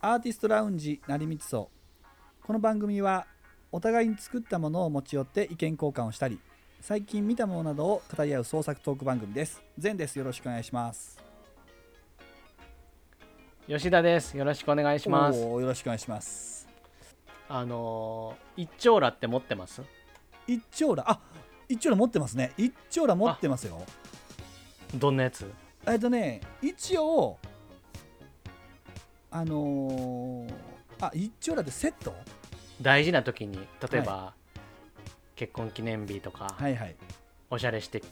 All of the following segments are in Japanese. アーティストラウンジ成光荘この番組はお互いに作ったものを持ち寄って意見交換をしたり最近見たものなどを語り合う創作トーク番組です全ですよろしくお願いします吉田ですよろしくお願いしますおーよろしくお願いしますあのー、一丁羅って持ってます一丁羅あ一丁羅持ってますね一丁羅持ってますよどんなやつえっとね一応あのー、あ一丁羅ってセット大事な時に例えば、結婚記念日とか、はいはいおしゃれして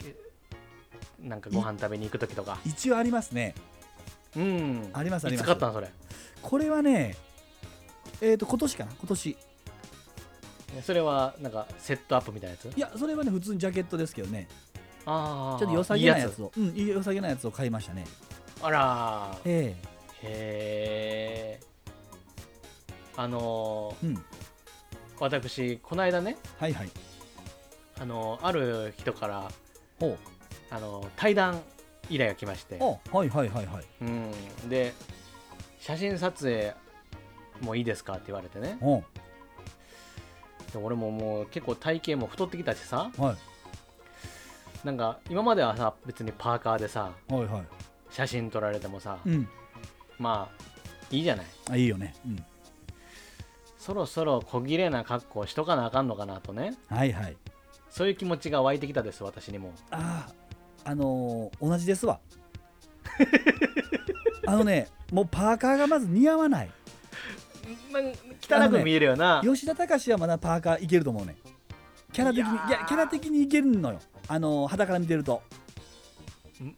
なんかご飯食べに行く時とか一応ありますねうんありますありいますつ買ったのそれこれはねえっ、と今年かな今年それはなんかセットアップみたいなやついやそれはね普通にジャケットですけどねああちょっと良さげなやつをうんいい良さげなやつを買いましたねあらーえへえあのえうんー、私この間ねはいはいあのーある人からほうあのー対談依頼が来ましてあはいはいはいはいうん、で写真撮影もいいですかって言われてねほで俺ももう結構体型も太ってきたしさうはいなんか今まではさ別にパーカーでさはいはい写真撮られてもさ、うんまあいいじゃないあいいよねうんそろそろ小綺麗な格好しとかなあかんのかなとねはいはいそういう気持ちが湧いてきたです私にもあああのー同じです わあのねもうパーカーがまず似合わない汚く見えるよな、吉田隆はまだパーカーいけると思うねキャラ的にいいややーキャラ的にいけるのよあの肌から見てるとむ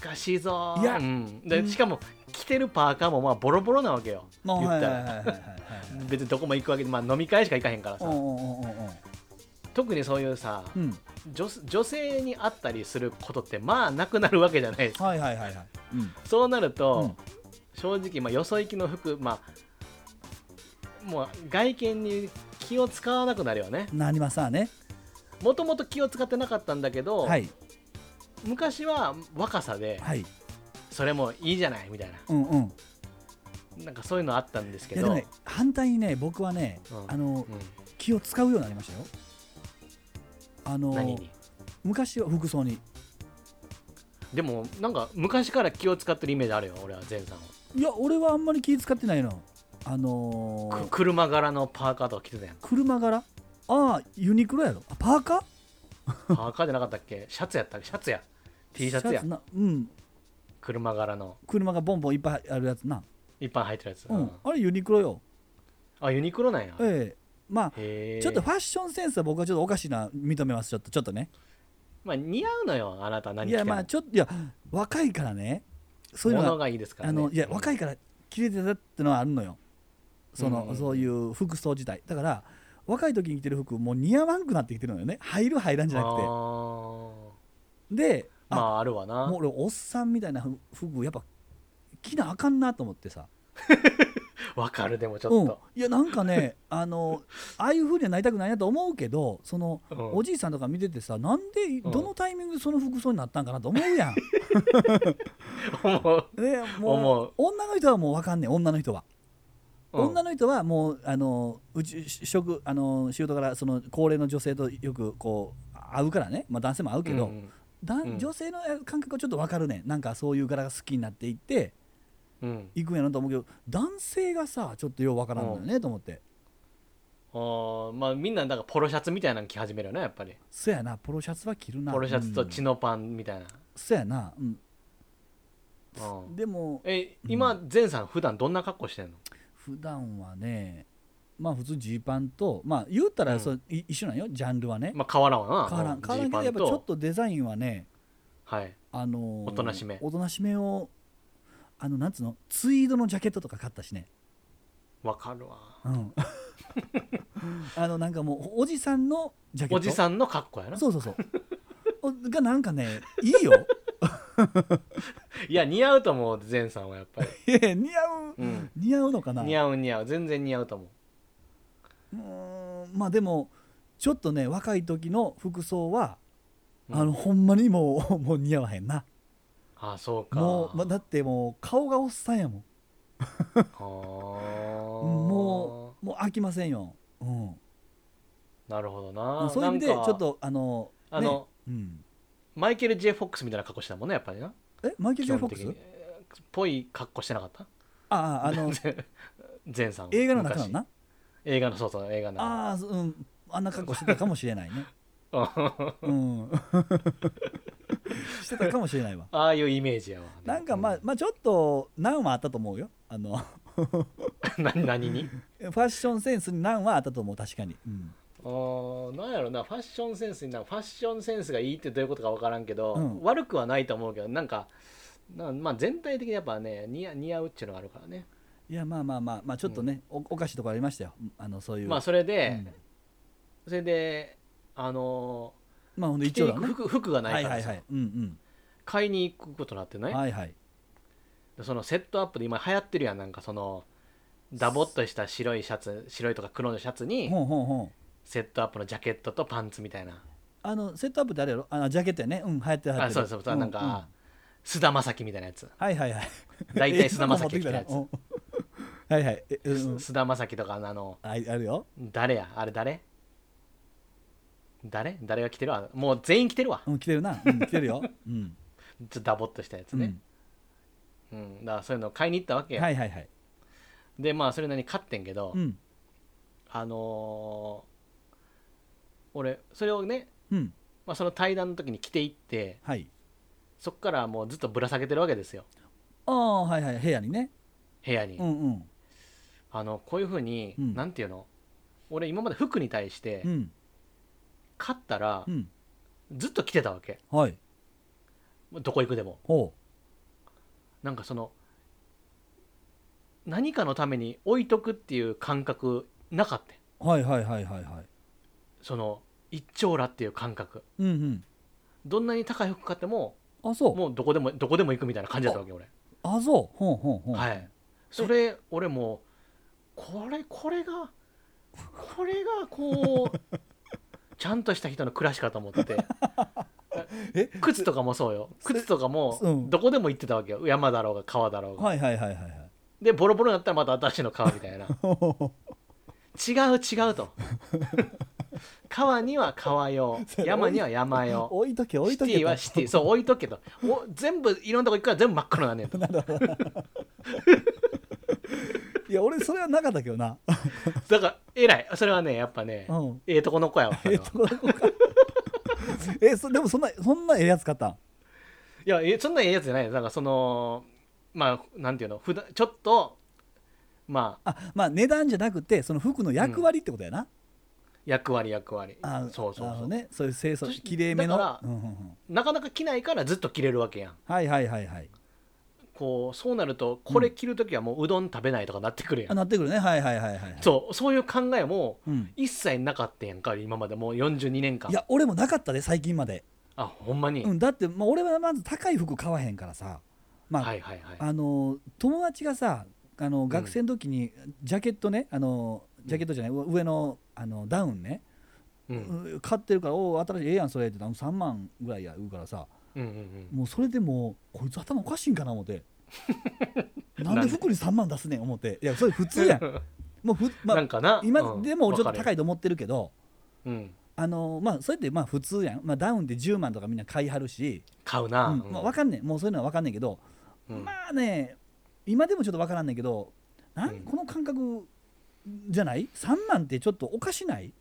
難しいぞーいやうん、うでんしかも着てるパーカーもまあボロボロなわけよ言もうっはいたはいら、はいはいはいはい別にどこも行くわけで、まあ、飲み会しか行かへんからさ、うんうんうんうん特にそういうさ、うんうん女女性に会ったりすることってまあなくなるわけじゃないですかはいはいはいはいうんそうなるうとん、正直、まあ、よそ行きの服まあもう外見に気を使わなくなるよねなりますわねもともと気を使ってなかったんだけど、はい昔は若さではいそれもいいじゃないみたいうんうんななんかそういうのあったんですいけやどでもね反対にね僕はね、うんあのうん気を使うようになりましたよあの何に昔は服装にでもなんか昔から気を使ってるイメージあるよ俺は前さんはいや俺はあんまり気使ってないのあのーく車柄のパーカーとか着てたやん車柄ああユニクロやろあパーカーパーカーじゃなかったっけシャツやったっけシャツや T シャツやなうん車柄の車がボンボンいっぱいあるやつな、一般入ってるやつ、うんうんあれユニクロよあユニクロなんやへええまあえちょっとファッションセンスは僕はちょっとおかしいな認めますちょっとちょっとねまあ似合うのよあなた何い着てやもまあちょっといや若いからねそういうのが物がいいですから、あね、のいや若いいから切れてたってのはあるのよその、うんそういう服装自体だから若い時に着てる服もう似合わんくなってきてるのよね入る入らんじゃなくてでまあ、ああるわなもう俺おっさんみたいなふ服やっぱ着なあかんなと思ってさわかるでもちうょんっと、、いやなんかね あのああいう風にはなりたくないなと思うけどその、うん おじいさんとか見ててさなんでうんどのタイミングでその服装になったんかなと思うやん。思うでも思うう女の人はもう分かんねん女の人は。うん女の人はもうあのうち職あの仕事からその高齢の女性とよくこう会うからね、まあ、男性も会うけど、うんだんうん女性の感覚はちょっと分かるねんなんかそういう柄が好きになっていってうんいくんやなと思うけど男性がさちょっとよう分からんのよね、と思ってあーまあみんななんかポロシャツみたいなの着始めるよねやっぱりそやなポロシャツは着るなポロシャツとチうんノパンみたいな、そやな、うん、うんでもえ今前さん普段どんな格好してんの普段はねまあ普通ジーパンとまあ言ったらそう、い一緒なんよジャンルはねまあ変わらんわな変わらん変わらんけどジやっーパぱンちとょっとデザインはねはいあのーおとなしめおとなしめをあのなんつうのツイードのジャケットとか買ったしねわかるわうん あのなんかもうおじさんのジャケットおじさんの格好やなそうそうそう おがなんかねいいよいや似合うと思う前さんはやっぱり、いや似合う、うん、似合うのかな似合う似合う全然似合うと思ううーんまあでもちょっとね若い時の服装は、うんあのほんまに もうもう似合わへんなあそうかもう、ま、だってもう顔がおっさんやもんももう飽きませんよ、うん、うなるほどなそういう意味でちなんかょっとあの、ね、あの、うん、マイケル・ J ・フォックスみたいな格好してたもんねやっぱりなえマイケル・基 J ・本フォッ的クにスえーっぽい格好してなかったあああの前さん映画の中なのな昔映画のそうそう映画のああそううんあんな格好してたかもしれ ないねあうん してたかもしれないわあいうイメージやわなんかまあまあちょっと難はあったと思うよあのあ 何何にファッションセンスに難はあったと思う確かに、うんあーなんやろなファッションセンスになファッションセンスがいいってどういうことか分からんけど、うん悪くはないと思うけどなんかなまあ、全体的にやっぱね似合似合うっていうのがあるからね、いやまあまあまあまあちょっとね、おおかしいとこありましたよあのそういうまあそれで、うんそれであのまあほんでー着て一応いだねく服服がなはいいかはらいさはいうん買いに行くことになってうね、んはいはいでそのセットアップで今流行ってるやんなんかそのダボっとした白いシャツ白いとか黒のシャツにほんほんほんセットアップのジャケットとパンツみたいなあのセットアップってあれやろあのジャケットやねうん流行ってる流行ってるあそうそうそう、なんうか菅田将�暉みたいなやつはいはいはい大 体菅田将暉え着たやつ持ってきたなうんはいはいえうんうん菅田将暉とかのあのああるよ誰やあれ誰誰誰が着てるわもう全員着てるわうん着てるなうん着てるよ うんちょっとダボっとしたやつね、うんだからそういうのを買いに行ったわけうんよ、はいはいはいでまあそれなりに買ってんけど、うんあのー俺それをね、うんまあ、その対談の時に着ていってはいそっからもうずっとぶら下げてるわけですよああはいはい部屋にね部屋に、うんうんあのこういうふうに、うんなんていうの俺今まで服に対してうん買ったらうんずっと着てたわけはいどこ行くでもほなんかその何かのために置いとくっていう感覚なかったようはいはいはいはいはいその一丁羅っていう感覚うんどんなに高い服買ってもうんあそうもうどこでもどこでも行くみたいな感じだったわけ俺、あそうほんほんほんはいそれ俺もうこれこれがこれがこ うちゃんとした人の暮らしかと思ってえ靴とかもそうよそ靴とかうもんどこでも行ってたわけよ山だろうが川だろうが、はいはいはいはいはいでボロボロになったらまた新しいの買うみたいなほほほ違う違うと川には川用それ山には山用置いとけ置いシとテけィはシティそう置いとけとお全部いろんなとこ行くから全部真っ黒 なんねんといや俺それはなかったけど なだから偉いそれはねやっぱねうんええとこの子やわそえれっはとどこかえそでもそんなそんなええやつ買ったんいやえそんなええやつじゃないよだからそのまあなんていうの普段ちょっとまああまあ値段じゃなくてその服の役割ってことやな、役割役割あそうそうなるそほどう、ねそういう清楚そしきれいめのだかうんうんうんなかなか着ないからずっと着れるわけやんはいはいはいはいこうそうなるとこれ着るときはもううどん食べないとかなってくるやあん、なってくるねはいはいはいはいはいそうそういう考えもうん、一切なかったやんか今までもう42年間いや俺もなかったで最近まで、あほんまに、うん、だって、まあ、俺はまず高い服買わへんからさまあ、はいはいはいあの友達がさあの学生の時にジャケットね、あのジャケットじゃない上のあのダウンね、うんうん買ってるから「おお新しいええやんそれ」って言ったら3万ぐらいや言うからさうんうんうんもうそれでもうこいつ頭おかしいんかな思って なんなんでで服に3万出すねん思っていやそれ普通 やんもうふ、まなあん、かな今でもちょっと高い、いと思ってるけど、うん、あのまあそれってまあ普通やん、まあ、ダウンで10万とかみんな買いはるし、買うな、うんまあ、分かんねんもうそういうのは分かんねんけど、うんまあね今でもちょっと分からんねんけどなん、うんこの感覚じゃない ?3 万ってちょっとおかしない、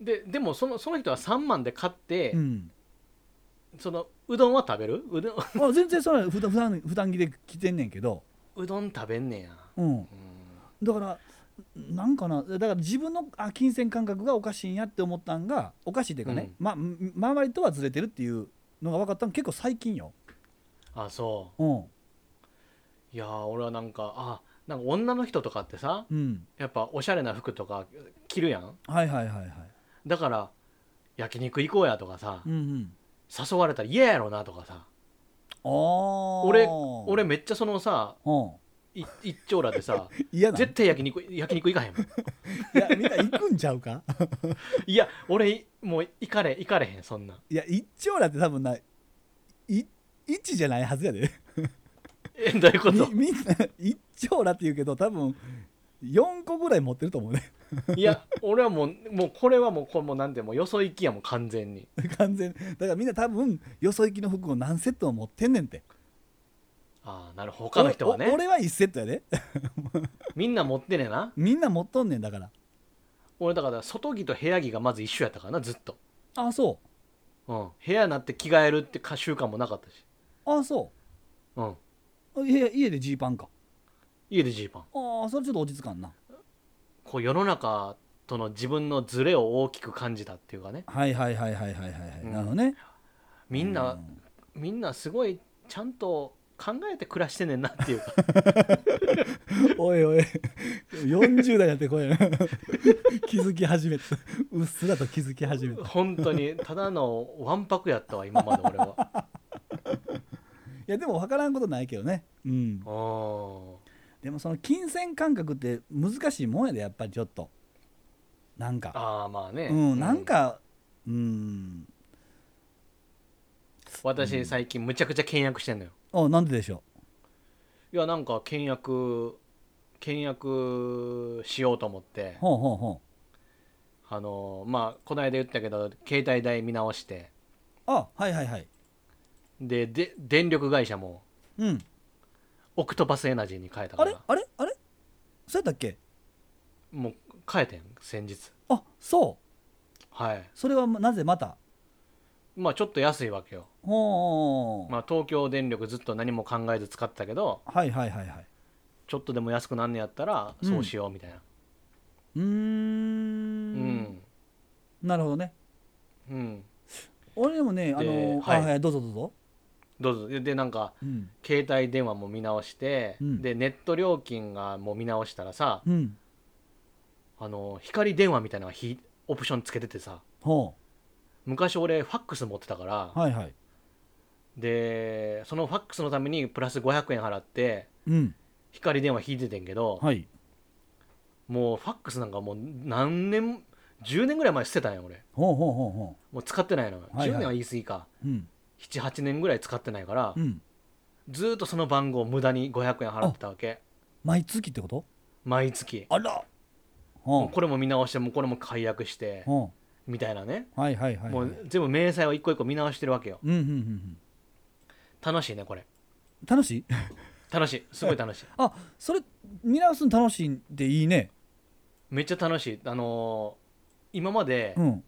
ででもそのその人は3万で買って、うん、そのうどんは食べるうどん まあ全然それは普段普段普段着で着てんねんけど、うどん食べんねや、うん、うだからなんかなだから自分のあ金銭感覚がおかしいんやって思ったんがおかしいっていうかね、まん周りとはずれてるっていうのが分かったの結構最近よ、ん、あそうんういやー俺はなんかあなんか女の人とかってさうん、やっぱおしゃれな服とか着るやんはいはいはいはい、だから焼肉行こうやとかさ、うんうん、誘われたら嫌やろなとかさああ俺俺めっちゃそのさうんい一丁羅でさ 嫌な絶対焼肉焼肉行かへんも んいやみんな行くんちゃうか いや俺いもう行かれ行かれへんそんないや一丁羅って多分ないい一じゃないはずやでえどういうことみみんな一丁羅って言うけど多分4個ぐらい持ってると思うね いや俺はもうもうこれはもうこれもう何でもよそ行きやもう完全に完全にだからみんな多分よそ行きの服を何セットも持ってんねんてああなるほど他の人はおおね俺は1セットやで みんな持ってねえなみんな持っとんねんだから俺だから外着と部屋着がまず一緒やったからなずっと、あそうん、部屋になって着替えるってか習慣もなかったし、うあそうん、ういや家でジーパンか家でジーパンああそれちょっと落ち着かんなこう世の中との自分のズレを大きく感じたっていうかねはいはいはいはいはいはいはい、うんなるほどねみんな、うみんなすごいちゃんと考えて暮らしてねんなっていうかおいおい40代やってこい 気づき始めたうっすらと気づき始めたい本当にただのわんぱくやったわ今まで 俺はやでも分からんことないけどねうんうんでもその金銭感覚って難しいもんやでやっぱりちょっとなんかああまあね、うんなんかうん私最近むちゃくちゃ倹約してんのよあなんででしょいやなんか倹約倹約しようと思ってうほうほうほうあのまあこの間言ったけど携帯代見直してあはいはいはいでで電力会社もうんオクトパスエナジーに変えたあかれらあれあれそうやったっけもう変えてん先日あそうはいそれはなぜまたまあちょっと安いわけよほう、まあ東京電力ずっと何も考えず使ってたけどはいはいはいはいちょっとでも安くなんねやったらうんそうしようみたいなうーうんんなるほどねうん、俺でもねあのはいあはいどうぞどうぞどうぞででなんかうん携帯電話も見直して、うんでネット料金がもう見直したらさ、うんあの光電話みたいなのがひオプションつけててさほ昔俺ファックス持ってたから、うはいはいでそのファックスのためにプラス500円払ってうん光電話引いててんけど、はいもうファックスなんかもう何年10年ぐらい前捨てたんや俺ほうほうほうほもう使ってないのよ、はいはい10年は言い過ぎかううん78年ぐらい使ってないから、うんずーっとその番号を無駄に500円払ってたわけ毎月ってこと毎月あらもほうこれも見直してもうこれも解約してうほみたいなねうはいはいはいはいもう全部明細を一個一個見直してるわけようんうんうんうん楽しいねこれ楽しい 楽しいすごい楽しいあそれ見直すの楽しいんでいいねめっちゃ楽しいあのー今までうん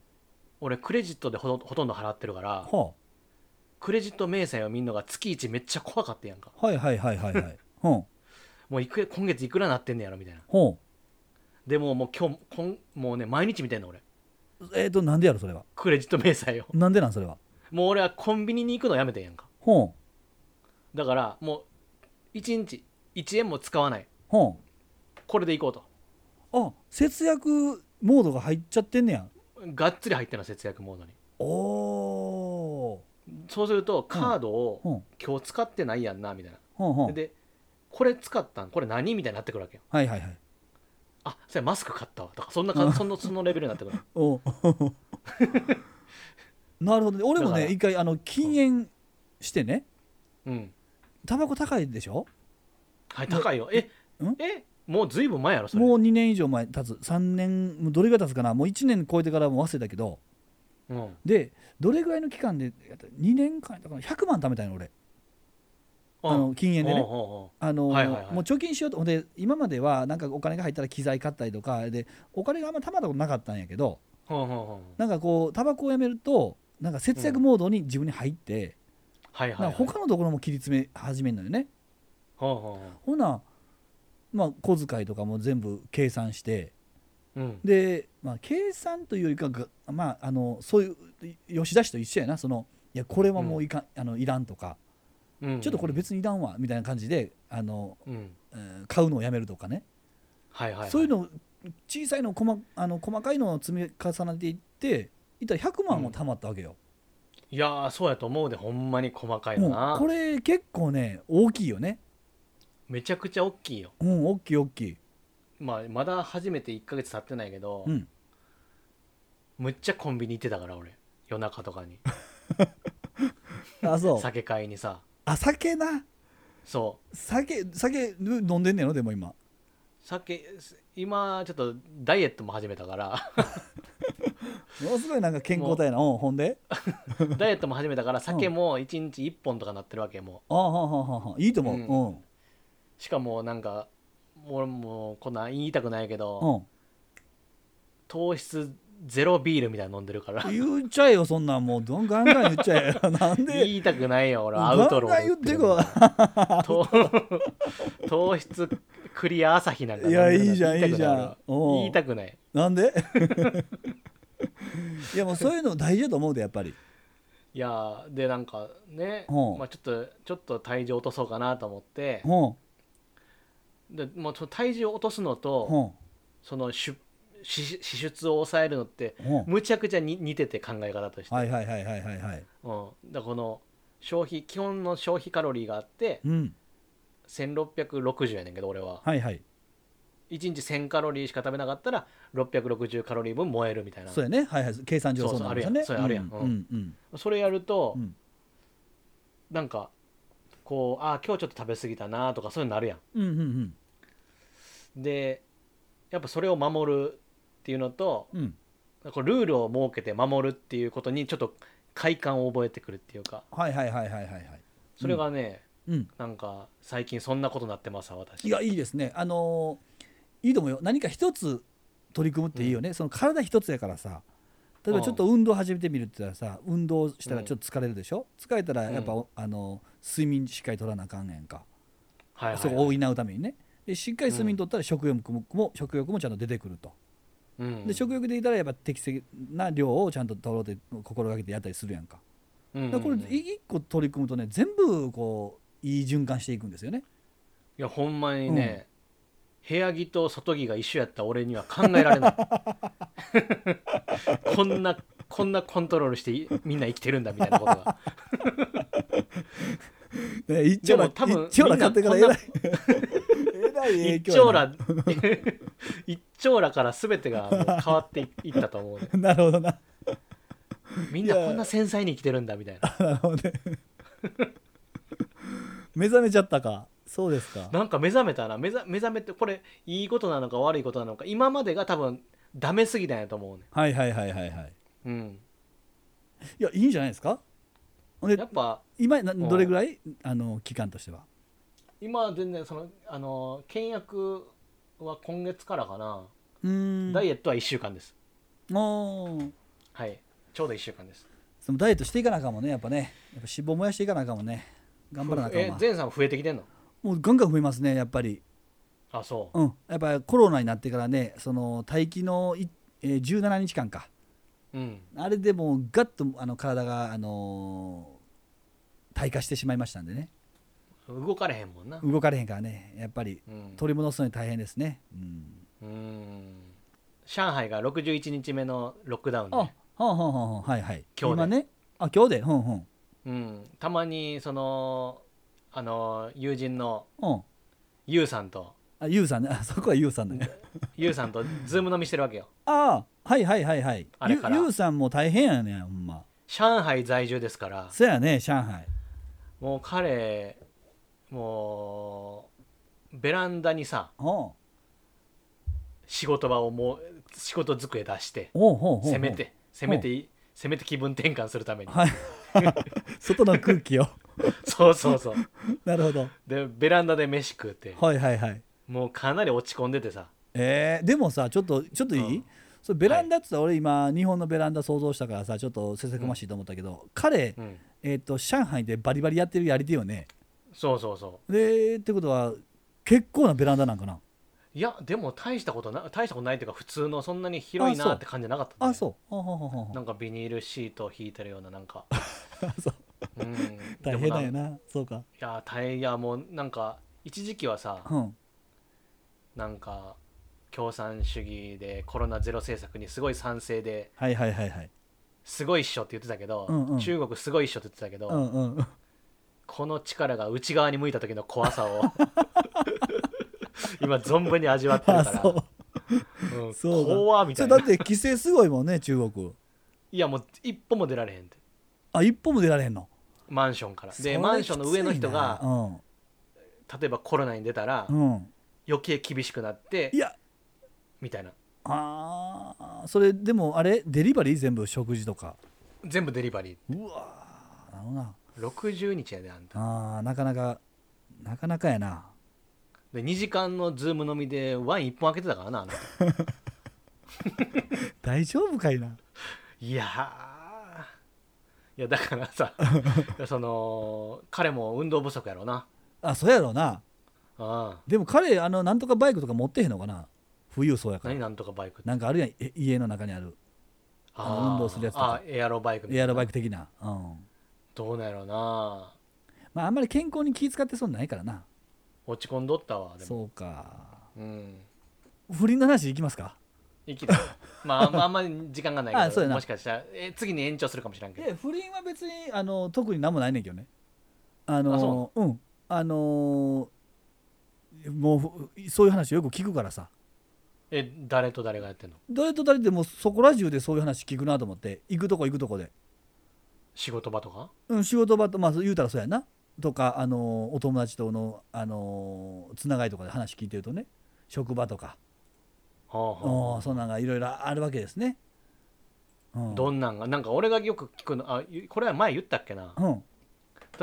俺クレジットでほとほとんど払ってるからはクレジット明細を見るのが月1めっちゃ怖かったやんかあはいはいはいはいはいほうもういく今月いくらなってんねやろみたいなほでももう今日こんもうね毎日見てんの俺うえっ、ー、となんでやろそれはクレジット明細を なんでなんそれはもう俺はコンビニに行くのやめてんやんかほうだからもう1日1円も使わないほこれで行こううあ節約モードが入っちゃってんねやとがっつり入ってんの節約モードにおおそうするとカードーほをう今日使ってないやんなみたいなほうほうでこれ使ったんこれ何みたいになってくるわけよはいはいはいあそれマスク買ったわとかそんなかそのそのレベルに なってくるおうなるほどね俺もだかねら一回あの禁煙してねうんタバコ高いでしょはい高いよえんえもうずいぶん前やろそれもう2年以上前経つ3年もうどれぐらい経つかなもう1年超えてからもう忘れたけどうん、でどれぐらいの期間で2年間だから100万貯めたんよ俺あの禁煙でねねあのはいはいはいもう貯金しようとほんで今まではなんかお金が入ったら機材買ったりとかでお金があんま貯まったことなかったんやけどなんかこうタバコをやめるとなんか節約モードに自分に入って、はいなはんいか他のところも切り詰め始めるのよねほうほうほほなまあ小遣いとかも全部計算してううんで、まあ、計算というよりかが、まあ、あのそういう吉田氏と一緒やなそのいやこれはもういか、ん、あのいらんとか、うんちょっとこれ別にいらんわみたいな感じであの、うんえー買うのをやめるとかね、はいはいはいそういうの小さいのを細あの細かいのを積み重ねていっていったら100万も貯まったわけよ、いやーそうやと思うでほんまに細かいよもうなこれ結構ね大きいよねめちゃくちゃ大きいよ、うん大きい大きい、まあ、まだ初めて1ヶ月経ってないけど、うん、むっちゃコンビニ行ってたから俺夜中とかにあそう酒買いにさあ酒なそう酒酒飲んでんねやろでも今酒今ちょっとダイエットも始めたから ものすごいなんか健康体やなうんほんでダイエットも始めたから酒も1日1本とかなってるわけもああはあはあはあいいと思うううしかもなんか俺もうこんなん言いたくないけんうどん糖質ゼロビールみたいなの飲んでるから言っちゃえよそんなんもうどんガンガン言っちゃえ よなんで言いたくないよ俺ガアンガウントローで言売ってるこ糖 糖質クリア朝日なんかいやいいじゃん言いたくないいじゃん俺はうん言いたくないなんで いやもうそういうの大事だと思うでやっぱりいやでなんかね、うんまあ、ちょっとちょっと体重落とそうかなと思ってうんうんでもうその体重を落とすのとその出支支出を抑えるのってうんむちゃくちゃに似てて考え方として、はいはいはいはいはいはいうん、だからこの消費基本の消費カロリーがあってうん1660やねんけど俺ははいはい1日1000カロリーしか食べなかったら660カロリー分燃えるみたいなそうやねはいはい計算上そうなんですよねそうそうあるやんうそんううやあるやんうんそれやると、うんなんかこうあー今日ちょっと食べ過ぎたなとかそういうのなるやうんうんうんんでやっぱそれを守るっていうのとうんこうルールを設けて守るっていうことにちょっと快感を覚えてくるっていうかはいはいはいはいはいはいそれがね、うんなんか最近そんなことなってますわ私いやいいですねあのーいいと思うよ何か一つ取り組むっていいよね、その体一つやからさ例えばちょっと運動始めてみるって言ったらさ運動したらちょっと疲れるでしょ、疲れたらやっぱ、うあのー睡眠しっかり取らなあかんやんか、はいはいはいそこを補うためにねでしっかり睡眠取ったら食欲も,、食欲もちゃんと出てくると、うんで食欲でいたらやっぱ適正な量をちゃんと取ろうって心がけてやったりするやんかうんだからこれうんうんい一個取り組むとね全部こういい循環していくんですよねやほんまにね、部屋着と外着が一緒やった俺には考えられない こんなこんなコントロールしていみんな生きてるんだみたいなことがね一で丁羅も多分一丁羅買ってからえらいえ らい影一響や丁な羅 一丁羅から全てがもう変わっていったと思うねなるほどなみんなこんな繊細に生きてるんだみたいななるほどね目覚めちゃったかそうですかなんか目覚めたな目覚目覚めてこれいいことなのか悪いことなのか今までが多分ダメすぎたんやと思うねはいはいはいはいはいうんいやいいんじゃないですかほんでやっぱ今なうんどれぐらいあの期間としては今は全然そのあの倹約は今月からかな、うーんダイエットは1週間ですおーはいちょうど1週間ですそのダイエットしていかなあかんもんねやっぱねやっぱ脂肪燃やしていかなあかんもんね頑張らなあかんえわ前さん増えてきてんのもうガンガン増えますねやっぱりあそううんやっぱりコロナになってからねその待機のい、えー17日間かうんあれでもうガッとあの体が、あのー退化してしまいましたんでね動かれへんもんな動かれへんからねやっぱりうん取り戻すのに大変ですね、うん、うん上海が61日目のロックダウンで、あはあはあはあはいはい今日で今ねあ今日でうんうんうん、たまにそのあの友人のうんユウさんとあゆうさんねあそこはゆうさんだねユウさんとズーム飲みしてるわけよああはいはいはいはいあゆれからゆうさんも大変やねほんま上海在住ですからそやね上海もう彼もうベランダにさおう仕事場をもう仕事机出しておうほうほうせめてせめてせめて気分転換するためにはい 外の空気をそうそうそうなるほどでベランダで飯食うてはいはいはいもうかなり落ち込んでてさえーでもさちょっとちょっといい、うんそれベランダっつったら俺今日本のベランダ想像したからさちょっとせせこましいと思ったけど、彼う、んえー、と上海でバリバリやってるやり手よねそうそうそうでってことは結構なベランダなんかないやでも大したことな大したことないっていうか普通のそんなに広いあそなうって感じじゃなかったねあそうははははなんかビニールシートを引いてるようななんか あそううん大変だでよもいなそうかや大変いやもうなんか一時期はさうんなんか共産主義でコロナゼロ政策にすごい賛成ではいはいはいはいすごいっしょって言ってたけど、うんうん中国すごいっしょって言ってたけど、うんうんこの力が内側に向いた時の怖さ を今存分に味わってる あかそらううんそうか怖っみそたれいだなって規制すごいもんね中国いやもう一歩も出られへんってあ一歩も出られへんのマンションからそれでマンションの上の人きついがな例えばコロナに出たらうん余計厳しくなっていやみたいなあーそれでもあれデリバリー全部食事とか全部デリバリうわーなるほどなー60日やであんたあーなかなかなかなかやなで2時間のズーム飲みでワイン1本開けてたからなあなた大丈夫かいないやーいやだからさいやその彼も運動不足やろうなあそうやろうなあでも彼あのなんとかバイクとか持ってへんのかな冬そうやから何なんとかバイクってなんかあるやんえ家の中にあるあー運動するやつとかあエアロバイクみたいエなアロバイク的な、うんどうなんやろうなまあ、あんまり健康に気使ってそうにないからな落ち込んどったわでもそうかうん不倫の話いきますか息だまああんまあんまり時間がな いあけそうどやなもしかしたらえ次に延長するかもしれんけど不倫は別にあの特に何もないねんけどねああのそうんあのーもうそういう話をよく聞くからさえ誰と誰がやってんの誰と誰でもそこら中でそういう話聞くなと思って行くとこ行くとこで、仕事場とかうん、仕事場とまあ言うたらそうやなとか、あのーお友達との、あのーつながりとかで話聞いてるとね職場とかはあおはーそんなんがいろいろあるわけですね。うあんどんなんがなんか俺がよく聞くのあゆこれは前言ったっけなうん、ほ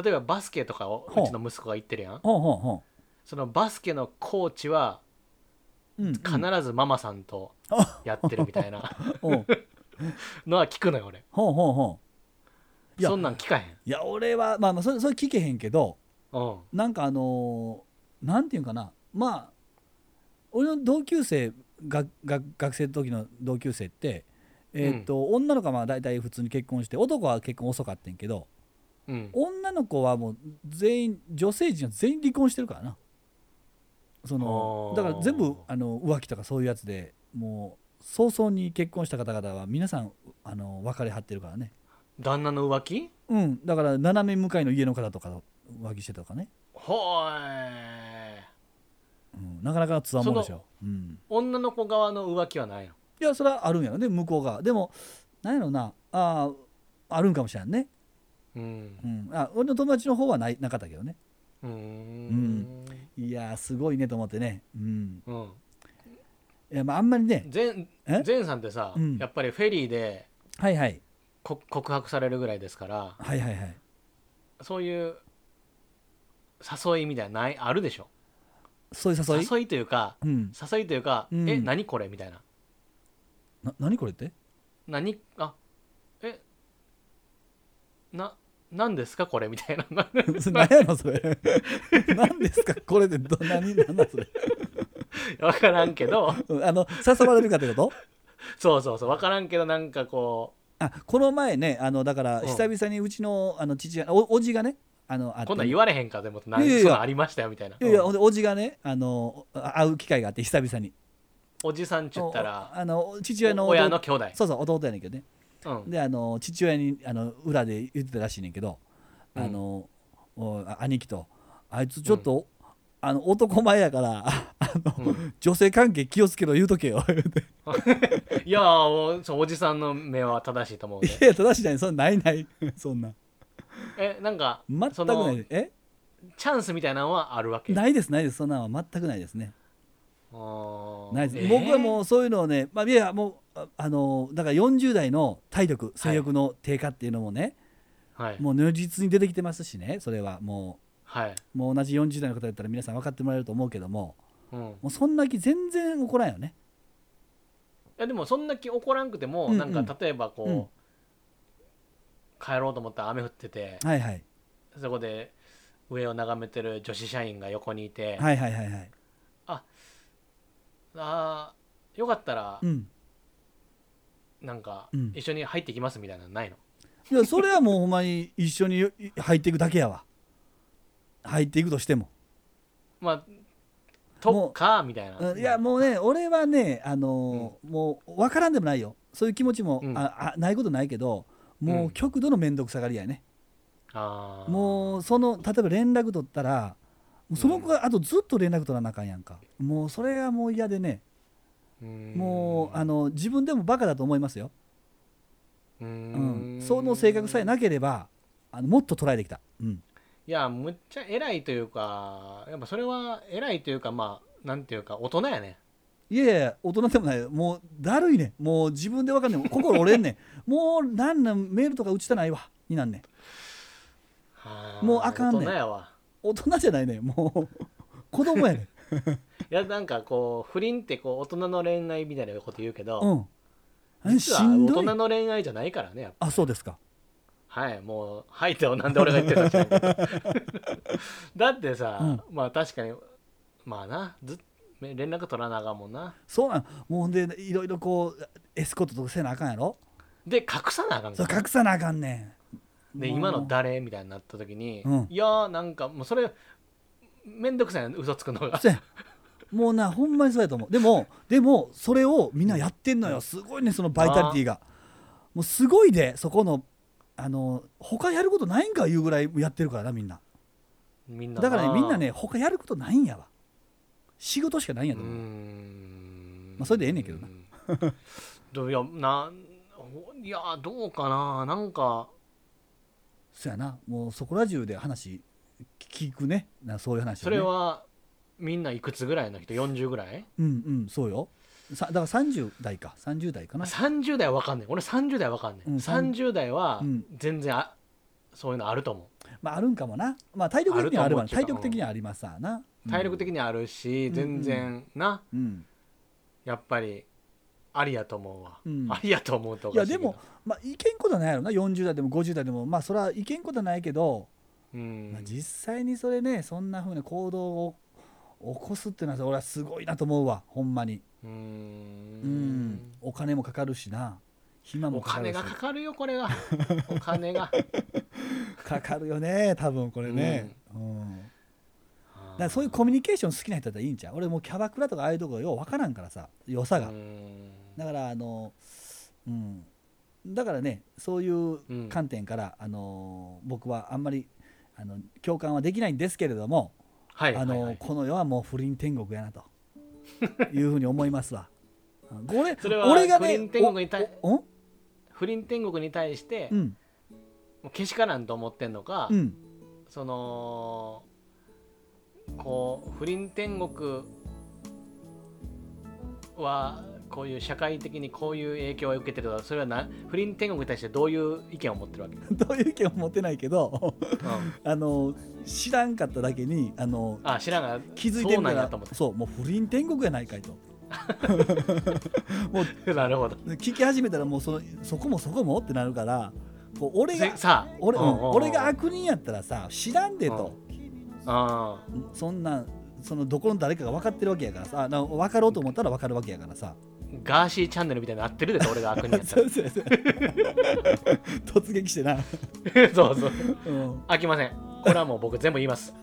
例えばバスケとかをほううちの息子が行ってるやんうほうほそのバスケのコーチはう。うん、必ずママさんとやってるみた いなうんおうのは聞くのよ俺ほうほうほう。いやそんなん聞かへんいや俺はまあまあそれそれ聞けへんけどうんなんかあのーなんていうんかなまあ俺の同級生がが学生の時の同級生って、えーっと女の子はまあ大体普通に結婚して男は結婚遅かったんやけどうん女の子はもう全員女性陣は全員離婚してるからなそのあだーから全部あの浮気とかそういうやつでもう早々に結婚した方々は皆さんあの別れはってるからね旦那の浮気うんだから斜め向かいの家の方とかと浮気してたとかね、ほーいうん、なかなかつわもんでしょ、うん、女の子側の浮気はないのいやそれはあるんやろね向こうがでもなんやろなあーあるんかもしれんね、うんうん、あ俺の友達の方はないなかったけどねうーんいやーすごいねと思ってねうんうんいやまああんまりね全え全さんってさ、うんやっぱりフェリーではいはいこ告白されるぐらいですからはいはいはいそういう誘いみたいなないあるでしょそういう誘い誘いというかうん、誘いというか、うんえ何これみたいなな何これって 何あえな何ですかこれみたいな 何やのそれ 何ですかこれでど何なんだそれ 分からんけどうんあの誘われるかってことそうそうそう分からんけどなんかこあこの前ねあのだからうん久々にうちのあの父がおおじがねあのあっうてこんなんね言われへんかでもなんいやいやいやそんなんありましたよみたいないやいやほんでおじがねあのあ会う機会があって久々におじさんちゅったらおあの父親の弟親の兄弟、そうそう弟やねんけどねうん、であの父親にあの裏で言ってたらしいねんけど、あのおあ兄貴とあいつちょっと、あの男前やからあの、うん女性関係気をつけろ言うとけよ言うていやーおそうおじさんの目は正しいと思うんでいや正しいじゃないそんなないないそんなえなんか全そくのないえチャンスみたいなのはあるわけないですないですそんなのは全くないですねなないです、僕はもうそういうのをね、まあ、いやもうああのだから40代の体力性欲の低下っていうのもね、はいもう如実に出てきてますしねそれはもはい、うもう同じ40代の方だったら皆さん分かってもらえると思うけどもうん、もうそんな気全然起こらんよねえでもそんな気怒らんくても、うんうんなんか例えばこう、うん帰ろうと思ったら雨降ってて、はいはいそこで上を眺めてる女子社員が横にいて、はいはいはいはいあーよかったらうんなんかうん一緒に入ってきますみたいなのないの、いやそれはもうほんまに一緒に入っていくだけやわ入っていくとしてもまあもとうかみたいなうんいやもうね俺はねあのーもう分からんでもないよそういう気持ちも、うんああないことないけどもううん極度の面倒くさがりやね、あーもうその例えば連絡取ったらもうその子があとずっと連絡取らなあかんやんかもうそれがもう嫌でねうーんもうあの自分でもバカだと思いますよ、うーうんん、その性格さえなければあのもっと捉えてきた、うん、いいやむっちゃ偉いというかやっぱそれは偉いというかまあなんていうか大人やねいやいや大人でもないよもうだるいねんもう自分で分かんねん心折れんねん もうなんなんメールとか打ちたないわになんねんはもうあかんねん大人やわ大人じゃないねんもう子供やねんいやなんかこう不倫ってこう大人の恋愛みたいなこと言 うけど、うんえ実しはん大ど人いの恋愛じゃないからねやっぱあそうですかはいもう「はい」ってなんで俺が言ってるか知らんけ どだってさ、まあ確かにまあなずっ連絡取らなあかんもんなそうなんもうほんでいろいろこうエスコートとかせなあかんやろで隠さなあかんかそうら隠さなあかんねんでもう今の誰みたいになった時に、うんいやーなんかもうそれめんどくさいな嘘つくのがそうやもうなほんまにそうやと思うでもでもそれをみんなやってんのよすごいねそのバイタリティがもうすごいでそこのあの他やることないんかいうぐらいやってるからなみんなみんなだからねみんなねね他やることないんやわ仕事しかないんやうとー思う、んまあそれでええねんけどな どういやなほいやどうかななんかそやなもうそこら中で話聞くねなそういう話、ね、それはみんないくつぐらいの人40ぐらいうんうんそうよさだから30代か30代かな30代は分かんない俺30代は分かんない、うん30代はうん全然あ、そういうのあると思まああるんかもなまあ体力的にはあるわあると思う体力的にはありますわなう体力的にあるし、うん全然なうんやっぱりありやと思うわ、うんありやと思うとおいやかしいでけども、まあ、いけんことはないやろな40代でも50代でもまあそれはいけんことはないけど、うんまあ、実際にそれねそんなふうな行動を起こすっていうのは俺はすごいなと思うわほんまにうーうんんお金もかかるしな暇もおかかる金しがかかるよこ れがお金がかかるよね多分これね、うんだからそういうコミュニケーション好きな人だったらいいんちゃう俺もうキャバクラとかああいうとこよう分からんからさ良さが、うーんだからあのうんだからねそういう観点から、あの僕はあんまりあの共感はできないんですけれども、はいはいあのはいこの世はもう不倫天国やな というふうに思いますわ。うん俺それは俺が不ね倫天国に対おお不倫天国に対して、うもんうけしからんと思ってんのか、うんそのこう不倫天国はこういう社会的にこういう影響を受けてるとかそれはな不倫天国に対してどういう意見を持ってるわけ、うん、どういう意見も持ってないけど うんあの知らんかっただけにあのあ知らんが気づいてみたそうなんやらと思っそうもう不倫天国やないかいとて なるほど聞き始めたらもうそのそこもそこもってなるからこう俺がせさあ俺,、うんうんうんうん俺が悪人やったらさ知らんでと、あそんなんそのどこの誰かが分かってるわけやからさあな分かろうと思ったら分かるわけやからさーガーシーチャンネルみたいになってるでしょ俺が悪人やっ たそらうそうそう突撃してな、 そうそううん、飽きませんこれはもう僕全部言います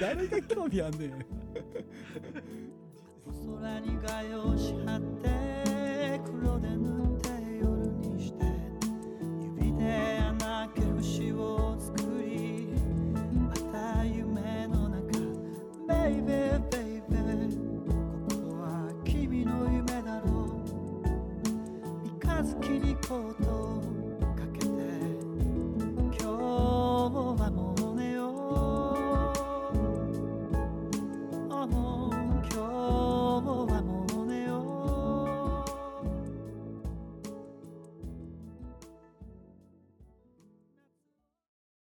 誰が興味あんねん空にがよし張って黒で塗っ